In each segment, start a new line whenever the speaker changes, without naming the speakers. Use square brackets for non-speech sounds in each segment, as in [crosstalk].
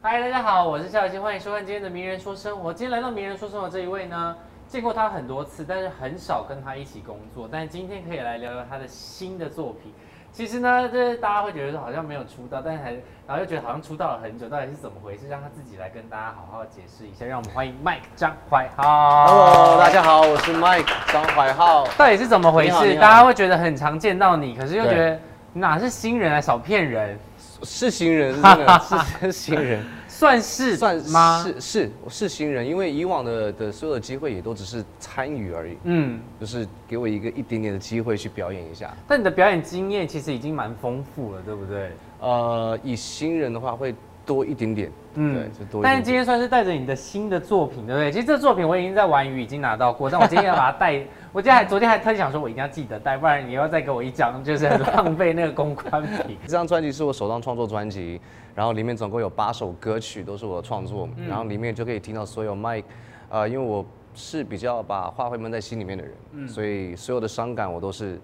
嗨，大家好，我是夏小七，欢迎收看今天的《名人说生活》。今天来到《名人说生活》这一位呢，见过他很多次，但是很少跟他一起工作。但是今天可以来聊聊他的新的作品。其实呢，这大家会觉得说好像没有出道，但是还然后又觉得好像出道了很久，到底是怎么回事？让他自己来跟大家好好解释一下。让我们欢迎 Mike 张怀浩。
Hello，大家好，我是 Mike 张怀浩。
到底是怎么回
你好
事？
你好
大家会觉得很常见到你，可是又
对
觉得哪是新人啊，少骗人，
是新人，是真 [laughs] 的，是是新人，
算是
算
吗？
是是是新人，因为以往的的所有的机会也都只是参与而已，
嗯，
就是给我一个一点点的机会去表演一下。
但你的表演经验其实已经蛮丰富了，对不对？
呃，以新人的话会多一点点，对，就多一点点。
但是今天算是带着你的新的作品，对不对？其实这作品我已经在玩鱼已经拿到过，但我今天要把它带， [laughs] 我今天
嗯
还昨天还特地想说，我一定要记得带，不然你要再给我一张，就是很浪费那个公关品。
这张专辑是我首张创作专辑，然后里面总共有八首歌曲都是我的创作，然后里面就可以听到所有 Mike，呃，因为我是比较把话会闷在心里面的人，所以所有的伤感我都是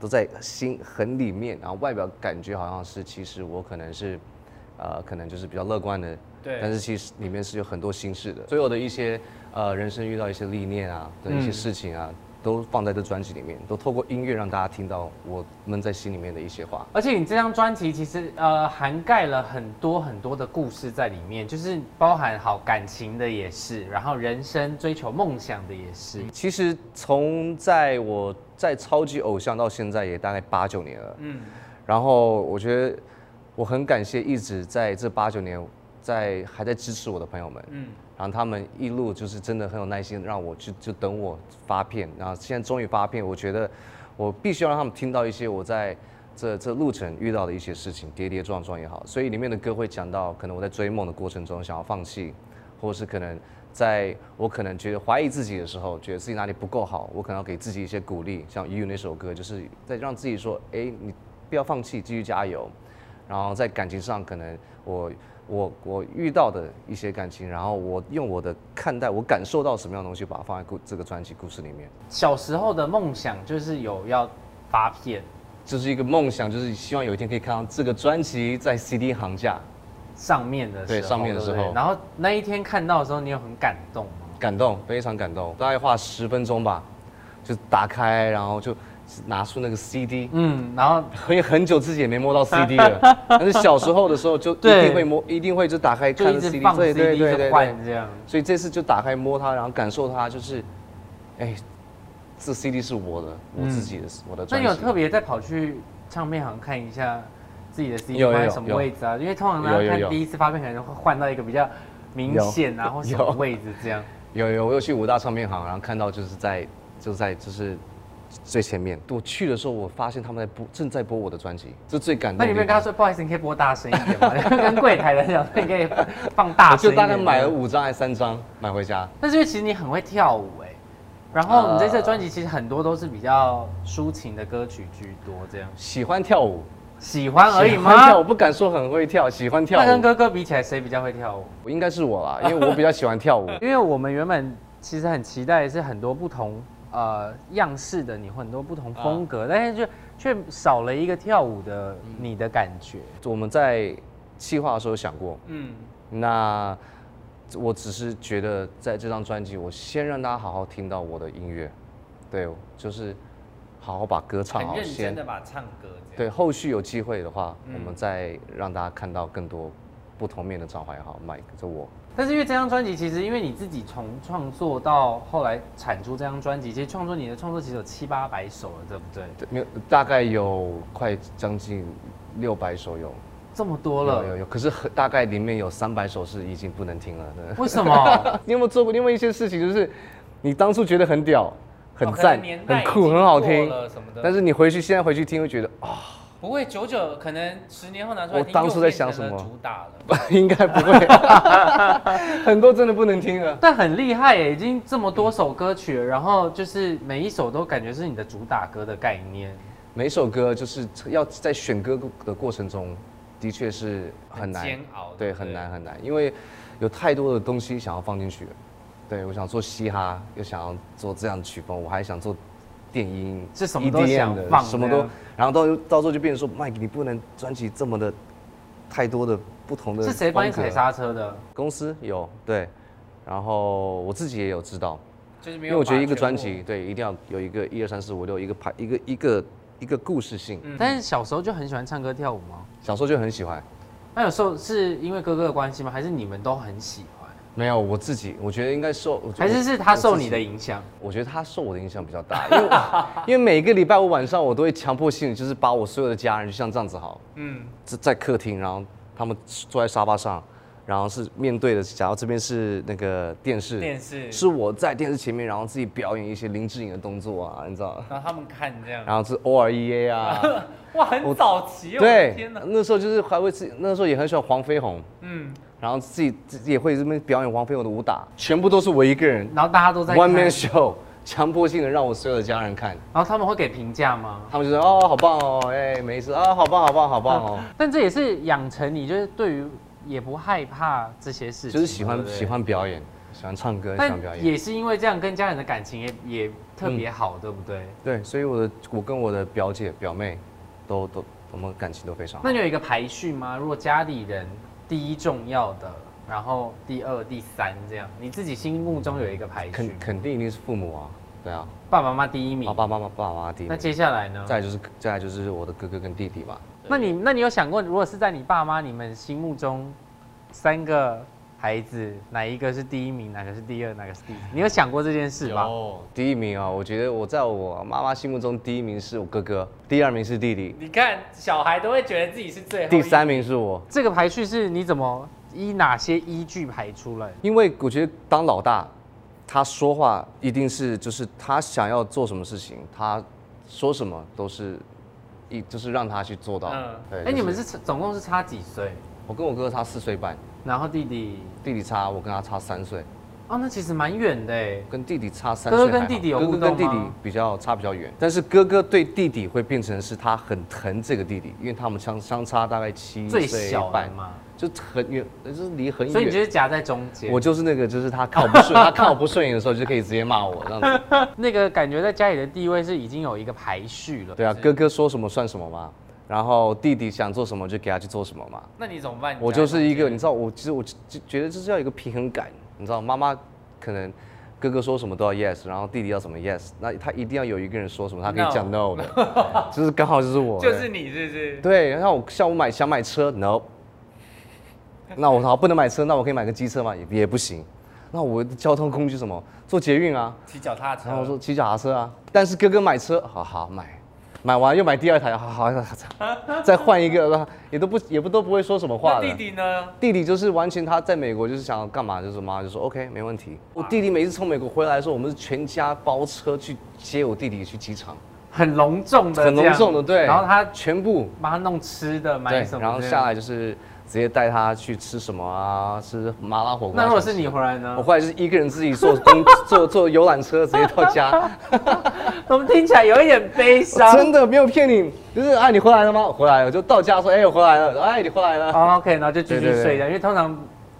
都在心很里面，然后外表感觉好像是，其实我可能是，呃，可能就是比较乐观的，
对
但是其实里面是有很多心事的，所有的一些呃人生遇到一些历练啊的一些事情啊。都放在这专辑里面，都透过音乐让大家听到我闷在心里面的一些话。
而且你这张专辑其实呃涵盖了很多很多的故事在里面，就是包含好感情的也是，然后人生追求梦想的也是。
其实从在我在超级偶像到现在也大概八九年了，嗯，然后我觉得我很感谢一直在这八九年在还在支持我的朋友们，嗯，然后他们一路就是真的很有耐心，让我就就等我发片，然后现在终于发片，我觉得我必须要让他们听到一些我在。这这路程遇到的一些事情，跌跌撞撞也好，所以里面的歌会讲到，可能我在追梦的过程中想要放弃，或是可能在我可能觉得怀疑自己的时候，觉得自己哪里不够好，我可能要给自己一些鼓励，像《You》那首歌，就是在让自己说，哎，你不要放弃，继续加油。然后在感情上，可能我我我遇到的一些感情，然后我用我的看待，我感受到什么样的东西，把它放在故这个专辑故事里面，
小时候的梦想就是有要发片，
就是一个梦想，就是希望有一天可以看到这个专辑在 CD 行价，
上面的时候，
对上面的时候
对不对然后那一天看到的时候，你有很感动吗？
感动，非常感动，大概花十分钟吧，就打开，然后就拿出那个 CD，
嗯，然后
因为很久自己也没摸
[laughs]
到 CD 了，但是小时候的时候就一
对
定会摸，一定会就打开
就
看
一
着
直
CD，
放
对
CD
对
一
对
直
对对，
换这样。
所以这次就打开摸它，然后感受它，就是，哎，这 CD 是我的，我自己的，我的
嗯那
专
你
辑。
有特别再跑去唱片行看一下自己的 CD
有有
放在
有
什么
有
位置啊？因为通常大
有
家
有
看
有
第一次发片可能会换到一个比较明显啊，
有
或什么
有
位置这样。
有有，我有去五大唱片行，然后看到就是在就在就是最前面。我去的时候，我发现他们在播正在播我的专辑，这最感动
那你
的地方。
没有跟他说不好意思，你可以播大声一点
[laughs]
吗？跟柜台的讲，你可以放大
我
声
就
一点。
大概买了五张还是三张买回家。
但是因为其实你很会跳舞哎、然后你这次的专辑其实很多都是比较抒情的歌曲居多，这样
喜欢跳舞，
喜欢而已
喜欢跳
吗
舞？不敢说很会跳，喜欢跳
那跟
舞。
哥哥比起来，谁比较会跳舞？
应该是
[laughs]
我啦，因为我比较喜欢跳舞。
因为我们原本其实很期待是很多不同呃样式的你，或很多不同风格，但是就却少了一个跳舞的你的感觉。
我们在计划的时候想过，
嗯，
那我只是觉得在这张专辑，我先让大家好好听到我的音乐，对，就是好好把歌唱好先。
把唱歌这。
对，后续有机会的话，
嗯
我们再让大家看到更多不同面的张怀豪、Mike，这我。
但是因为这张专辑，其实因为你自己从创作到后来产出这张专辑，其实创作你的创作其实有七八百首了，对不对？
对没有，大概有快将近六百首有，
这么多
有
了，
有有，可是很大概里面有三百首是已经不能听了。对
为什 [laughs] 么？
[laughs] 你有没有做过另外一些事情，就是你当初觉得很屌、很赞、很酷、很好听，但是你回去现在回去听会觉得 [laughs] 啊、
不会，久久可能十年后拿出来听，
我当初
又
在
变
想
成
什
了
么
主打了，
应该不会，很多真的不能听啊了。
但很厉害耶，已经这么多首歌曲了，然后就是每一首都感觉是你的主打歌的概念。
每首歌就是要在选歌的过程中，的确是很难，
煎熬的。
对，很难很难，因为有太多的东西想要放进去了。对，我想做嘻哈，又想要做这样的曲风，我还想做电音，
是什么都想
EDM 的
放
什么
这
都
样，
然后到到时候就变成说，Mike，你不能专辑这么的太多的不同的
是谁帮你
风
踩
格？
刹车的？
公司有对，然后我自己也有知道，
就是没
因
有。
为我觉得一个专辑，对一定要有一个一二三四五六一个排一个一个一个故事性，
嗯
但是小时候就很喜欢唱歌跳舞吗？
小时候就很喜欢。
那有时候是因为哥哥的关系吗？还是你们都很喜欢？
没有我自己，我觉得应该受，我
还是是他受你？
我自
的
己
影响？
我觉得他受我的影响比较大，因为我 [laughs] 因为每个礼拜五晚上我都会强迫性就是把我所有的家人就像这样子好，
嗯，
在在客厅，然后他们坐在沙发上，然后是面对的，假如这边是那个电视，
电视，
是我在电视前面，然后自己表演一些林志颖的动作啊，你知道，
然后他们看这样，
然后是 O R E A 啊，
哇，很早期哦，我的
对
天，哪，
那时候就是还会自己，那时候也很喜欢黄飞鸿，
嗯，
然后自己自己也会这边表演黄飞鸿的舞打，全部都是我一个人
然后大家都在
，one
看
man show，强迫性的让我所有的家人看，
然后他们会给评价吗？
他们就说哦好棒哦，哎没事啊好棒好棒好棒哦，
但这也是养成你就是对于也不害怕这些事情，
就是喜
对
欢
不对
喜。欢表演，喜欢唱歌，喜欢表
但
演，嗯
也是因为这样，跟家人的感情也也特别好，对不对？
对，所以我的我跟我的表姐表妹都都我们感情都非常好
那。你有一个排序吗？如果家里人第一重要的，然后第二、第三这样，你自己心目中有一个排序
肯
吗？
肯定一定是父母啊，对啊，
爸爸妈妈第一名
啊，爸爸妈妈爸爸妈妈第一
那
名，
接下来呢？
再来就是再来就是我的哥哥跟弟弟吧。
那你那你有想过，如果是在你爸妈你们心目中三个孩子，哪一个是第一名，哪个是第二，哪个是第三？你有想过这件事吧？
有，
第一名啊，我觉得我在我妈妈心目中第一名是我哥哥，第二名是弟弟，
你看小孩都会觉得自己是最后
第
一
三名是我。
这个排序是你怎么依哪些依据排出来？
因为我觉得当老大，他说话一定是就是他想要做什么事情，他说什么都是一就是让他去做到。
嗯
哦对。
哎、
就
你们是总共是差几岁？
我跟我哥哥差四岁半，
然后弟弟，
弟弟差我跟他差三岁，
哦，那其实蛮远的哎。
跟弟弟差三
哥
岁
哥
还好。
跟弟弟有
哥
互
哥跟弟
动
弟
吗
比较差比较远，但是哥哥对弟弟会变成是他很疼这个弟弟，因为他们相相差大概七
最
岁
小的
半，
嘛，
就很远，就是离很远。
所以你就是夹在中间。
我就是那个，就是他看我不顺，他看我不顺眼的时候就可以直接骂我这样子。
那个感觉在家里的地位是已经有一个排序了。
对啊，哥哥说什么算什么嘛，然后弟弟想做什么就给他去做什么嘛。
那你怎么办？
我就是一个，你知道，我其实我就就觉得就是要有一个平衡感，你知道，妈妈可能哥哥说什么都要 yes，然后弟弟要什么 yes，那他一定要有一个人说什么，他可以讲 no 的，就是刚好就是我，
就是你是不是？
对。然后我像我买想买车，no，那我好不能买车，那我可以买个机车嘛，也也不行。那我的交通工具是什么？坐捷运啊，
骑脚踏车，
然后我说骑脚踏车啊，但是哥哥买车，好好买，买完又买第二台，好好好再换一个，也都不也不都不会说什么话
那
的
弟。弟呢？
弟弟就是完全他在美国就是想要干嘛，就是啊妈就说 OK 没问题。我弟弟每次从美国回来的时候，我们是全家包车去接我弟弟去机场，
很隆重的，
很隆重的，对。
然后他
全部
帮他弄吃的，买
对
什，么？
然后下。来就是直接带他去吃什么啊，吃麻辣火锅啊。
那如果
什
是
么
你回来
我
呢？
回来就是一个人自己坐公坐坐游览车直接到家，
[laughs] 怎么听起来有一点悲伤？
真的没有骗你，就是啊，你回来了吗？我回来了，就到家说，哎、我回来了，哎，你回来了，
哦 OK，然后就继续
对对对
睡觉，因为通常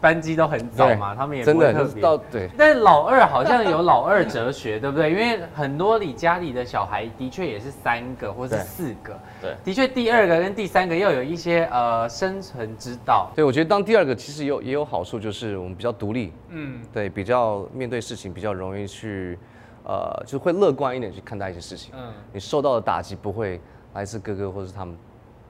班机都很早
对
嘛，他们也不
真
会
的
特
就是
别。
到对，
但老二好像有老二哲学，对不 [laughs] 对？因为很多你家里的小孩的确也是三个或是
对
四个，
对
的确第二个跟第三个要有一些呃生存之道。
对我觉得当第二个其实也有也有好处，就是我们比较独立，
嗯，
对，比较面对事情比较容易去，呃，就会乐观一点去看待一些事情。
嗯
你受到的打击不会来自哥哥或者是他们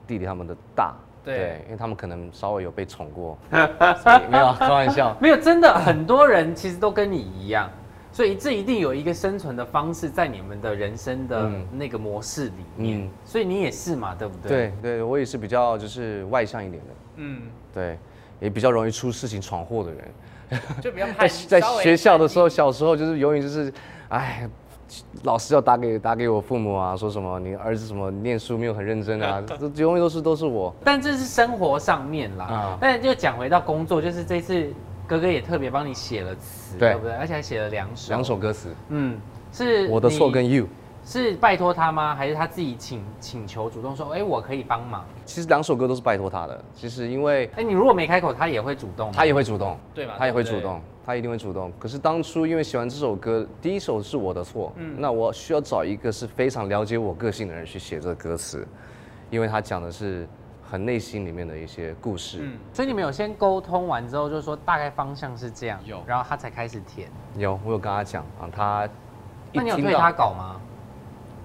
弟弟他们的大，
对
因为他们可能稍微有被宠过，所以没有啊开玩笑。
没有，真的很多人其实都跟你一样，所以这一定有一个生存的方式在你们的人生的
嗯
那个模式里面。
嗯，
所以你也是嘛，对不对？。
对对，我也是比较就是外向一点的，
嗯，
对，也比较容易出事情闯祸的人。
就比较
在
叛逆
在
稍微
学校的时候，小时候就是永远就是，哎，老师要打给打给我父母啊，说什么你儿子什么念书没有很认真啊，这这永远都是都是我。
但这是生活上面啦。
啊
但就讲回到工作，就是这次哥哥也特别帮你写了词，
对
不对？而且还写了两首。
两。首歌词，
嗯，是
我的错
你
跟 you，
是拜托他吗？还是他自己请请求主动说，哎、我可以帮忙？
其实两首歌都是拜托他的。其实因为
哎、你如果没开口，他也会主动吗。
他也会主动，
对嘛
他也会
对不
主
对
动，他一定会主动。可是当初因为喜欢这首歌，第一首是我的错，
嗯
那我需要找一个是非常了解我个性的人去写这个歌词，因为他讲的是很内心里面的一些故事。
嗯，
所以你们有先沟通完之后，就是说大概方向是这样，
有
然后他才开始填。
有，我有跟他讲啊，他一
那你有
听
对
到
他搞吗？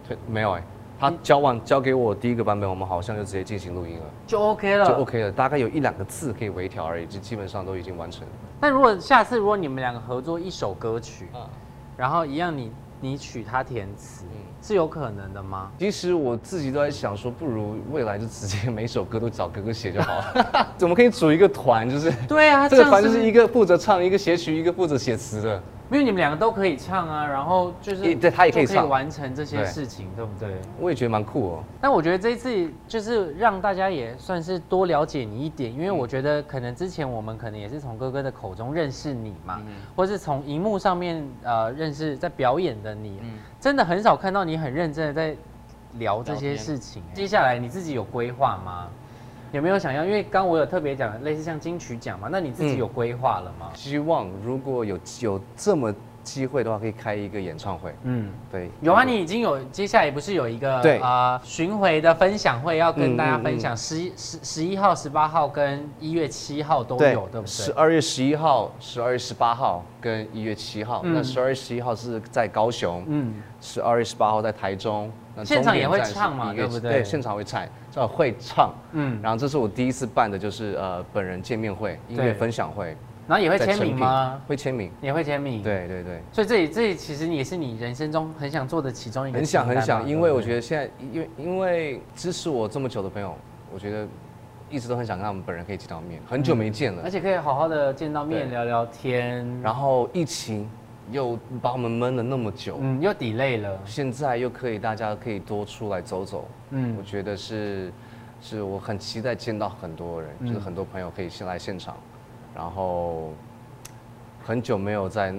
推没有哎、他交完交给我第一个版本，我们好像就直接进行录音了，
就 OK
嗯
了。
就 OK 了，大概有一两个字可以微调而已，就基本上都已经完成。
那如果下次如果你们两个合作一首歌曲，
啊，
然后一样你你取他填词，
嗯
是有可能的吗？
其实我自己都在想说，不如未来就直接每首歌都找哥哥写就好了， [laughs] 怎么可以组一个团？就是
对啊，
这个团
这样
就是
是
一个负责唱，一个写曲，一个负责写词的。
因为你们两个都可以唱啊，然后就是
也对他也可以
就
唱
完成这些
对
事情，对不对？
我也觉得蛮酷哦。
但我觉得这一次就是让大家也算是多了解你一点，因为我觉得可能之前我们可能也是从哥哥的口中认识你嘛，或是从荧幕上面呃认识在表演的你，真的很少看到你很认真的在聊这些事情。欸接下来你自己有规划吗？有没有想要？因为刚我有特别讲类似像金曲奖嘛，那你自己
嗯
有规划了吗？
希望如果有有这么机会的话，可以开一个演唱会。
嗯。
对，
有啊，你已经有接下来不是有一个
对
啊、巡回的分享会要跟
嗯
大家
嗯
分享，十一十十一号、十八号跟一月七号都有，对不
十
对？
二月十一号、十二月十八号跟一月七号。
嗯
那十二月十一号是在高雄，
嗯，
十二月十八号在台中。那
现场也会
终点站是
唱嘛
1月
对不对
对，现场会唱，叫会唱。
嗯
嗯，然后这是我第一次办的，就是呃本人见面会、音乐
对
分享会，
然后也会
在
签
成
名
品
吗？？嗯
会签名。
也会签名。，
对对对。
所以这里这里其实也是你人生中很想做的其中一个
很
清单
想
嘛。
很想，因为我
得
觉得现在，因为因为支持我这么久的朋友，我觉得一直都很想跟他们本人可以见到面，很久没见了。
而且可以好好的见到面
对
聊聊天，
然后疫情又把我们闷了那么久，
嗯，又抵累了，
现在又可以大家可以多出来走走，
嗯
我，觉得是是我很期待见到很多人，就是
嗯
很多朋友可以先来现场，然后很久没有在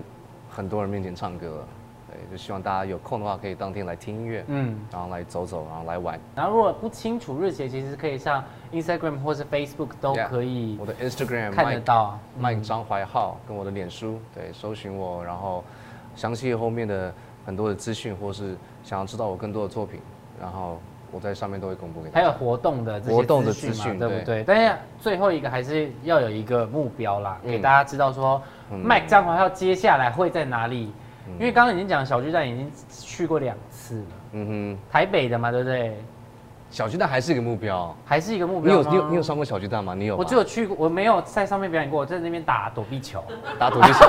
很多人面前唱歌了，对，就希望大家有空的话可以当天来听音乐，
嗯。
然后来走走，然后来玩。
然后如果不清楚日期，其实可以上 Instagram 或是 Facebook 都
Yeah，
可以
我的 Instagram
看得
Mike
到。嗯
Mike 张怀浩跟我的脸书，对，搜寻我，然后详细后面的很多的资讯，或是想要知道我更多的作品，然后我在上面都会公布给大
还
家。
有活动的这些
活动的
资
资
讯
讯
嘛，对不对？但是最后一个还是要有一个目标啦，
嗯
给大家知道说，Mike 张华耀接下来会在哪里？因为刚刚已经讲小巨蛋已经去过两次了，
嗯
台北的嘛，对不对？
哼，小巨蛋还是一个目标。
还是一个目
你
标
有
吗
你有你有上过小巨蛋吗？你有吧？
我只有去过，我没有在上面表演过，我在那边打躲避球。
打
[laughs]
赌地球。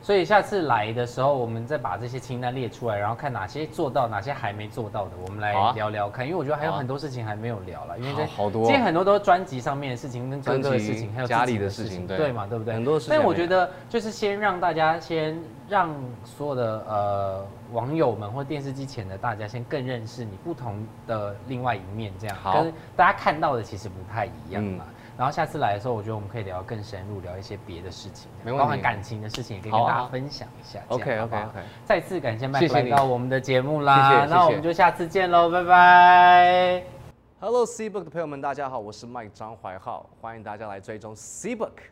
所以下次来的时候，我们再把这些清单列出来，然后看哪些做到，哪些还没做到的，我们来
好啊
聊聊看。因为我觉得还有
好啊
很多事情还没有聊了，因为
好
这
好多哦
今天很多都是专辑上面的事情、跟专
专
哥
辑
的事情，还有
家
自己
里的
事
事情对
对嘛，对不对？
很多事情
但
还
我
没
觉
聊
得就是先让大家先让所有的呃网友们或电视机前的大家先更认识你不同的另外一面，这样
好
跟大家看到的其实不太一样
嗯
嘛。然后下次来的时候，我觉得我们可以聊得更深入，聊一些别的事情，
没问
包含
题
感情的事情也可以。可以
好
跟
啊
大
好
家
啊
分享一下。这样
OK
好不
OK
好
OK，
再次感谢麦
谢
克
谢
来
你
到我们的节目啦
谢，谢
那我
谢谢
们就下次见喽，拜拜。
Hello C Book 的朋友们，大家好，我是 Mike 张怀浩，欢迎大家来追踪 C Book。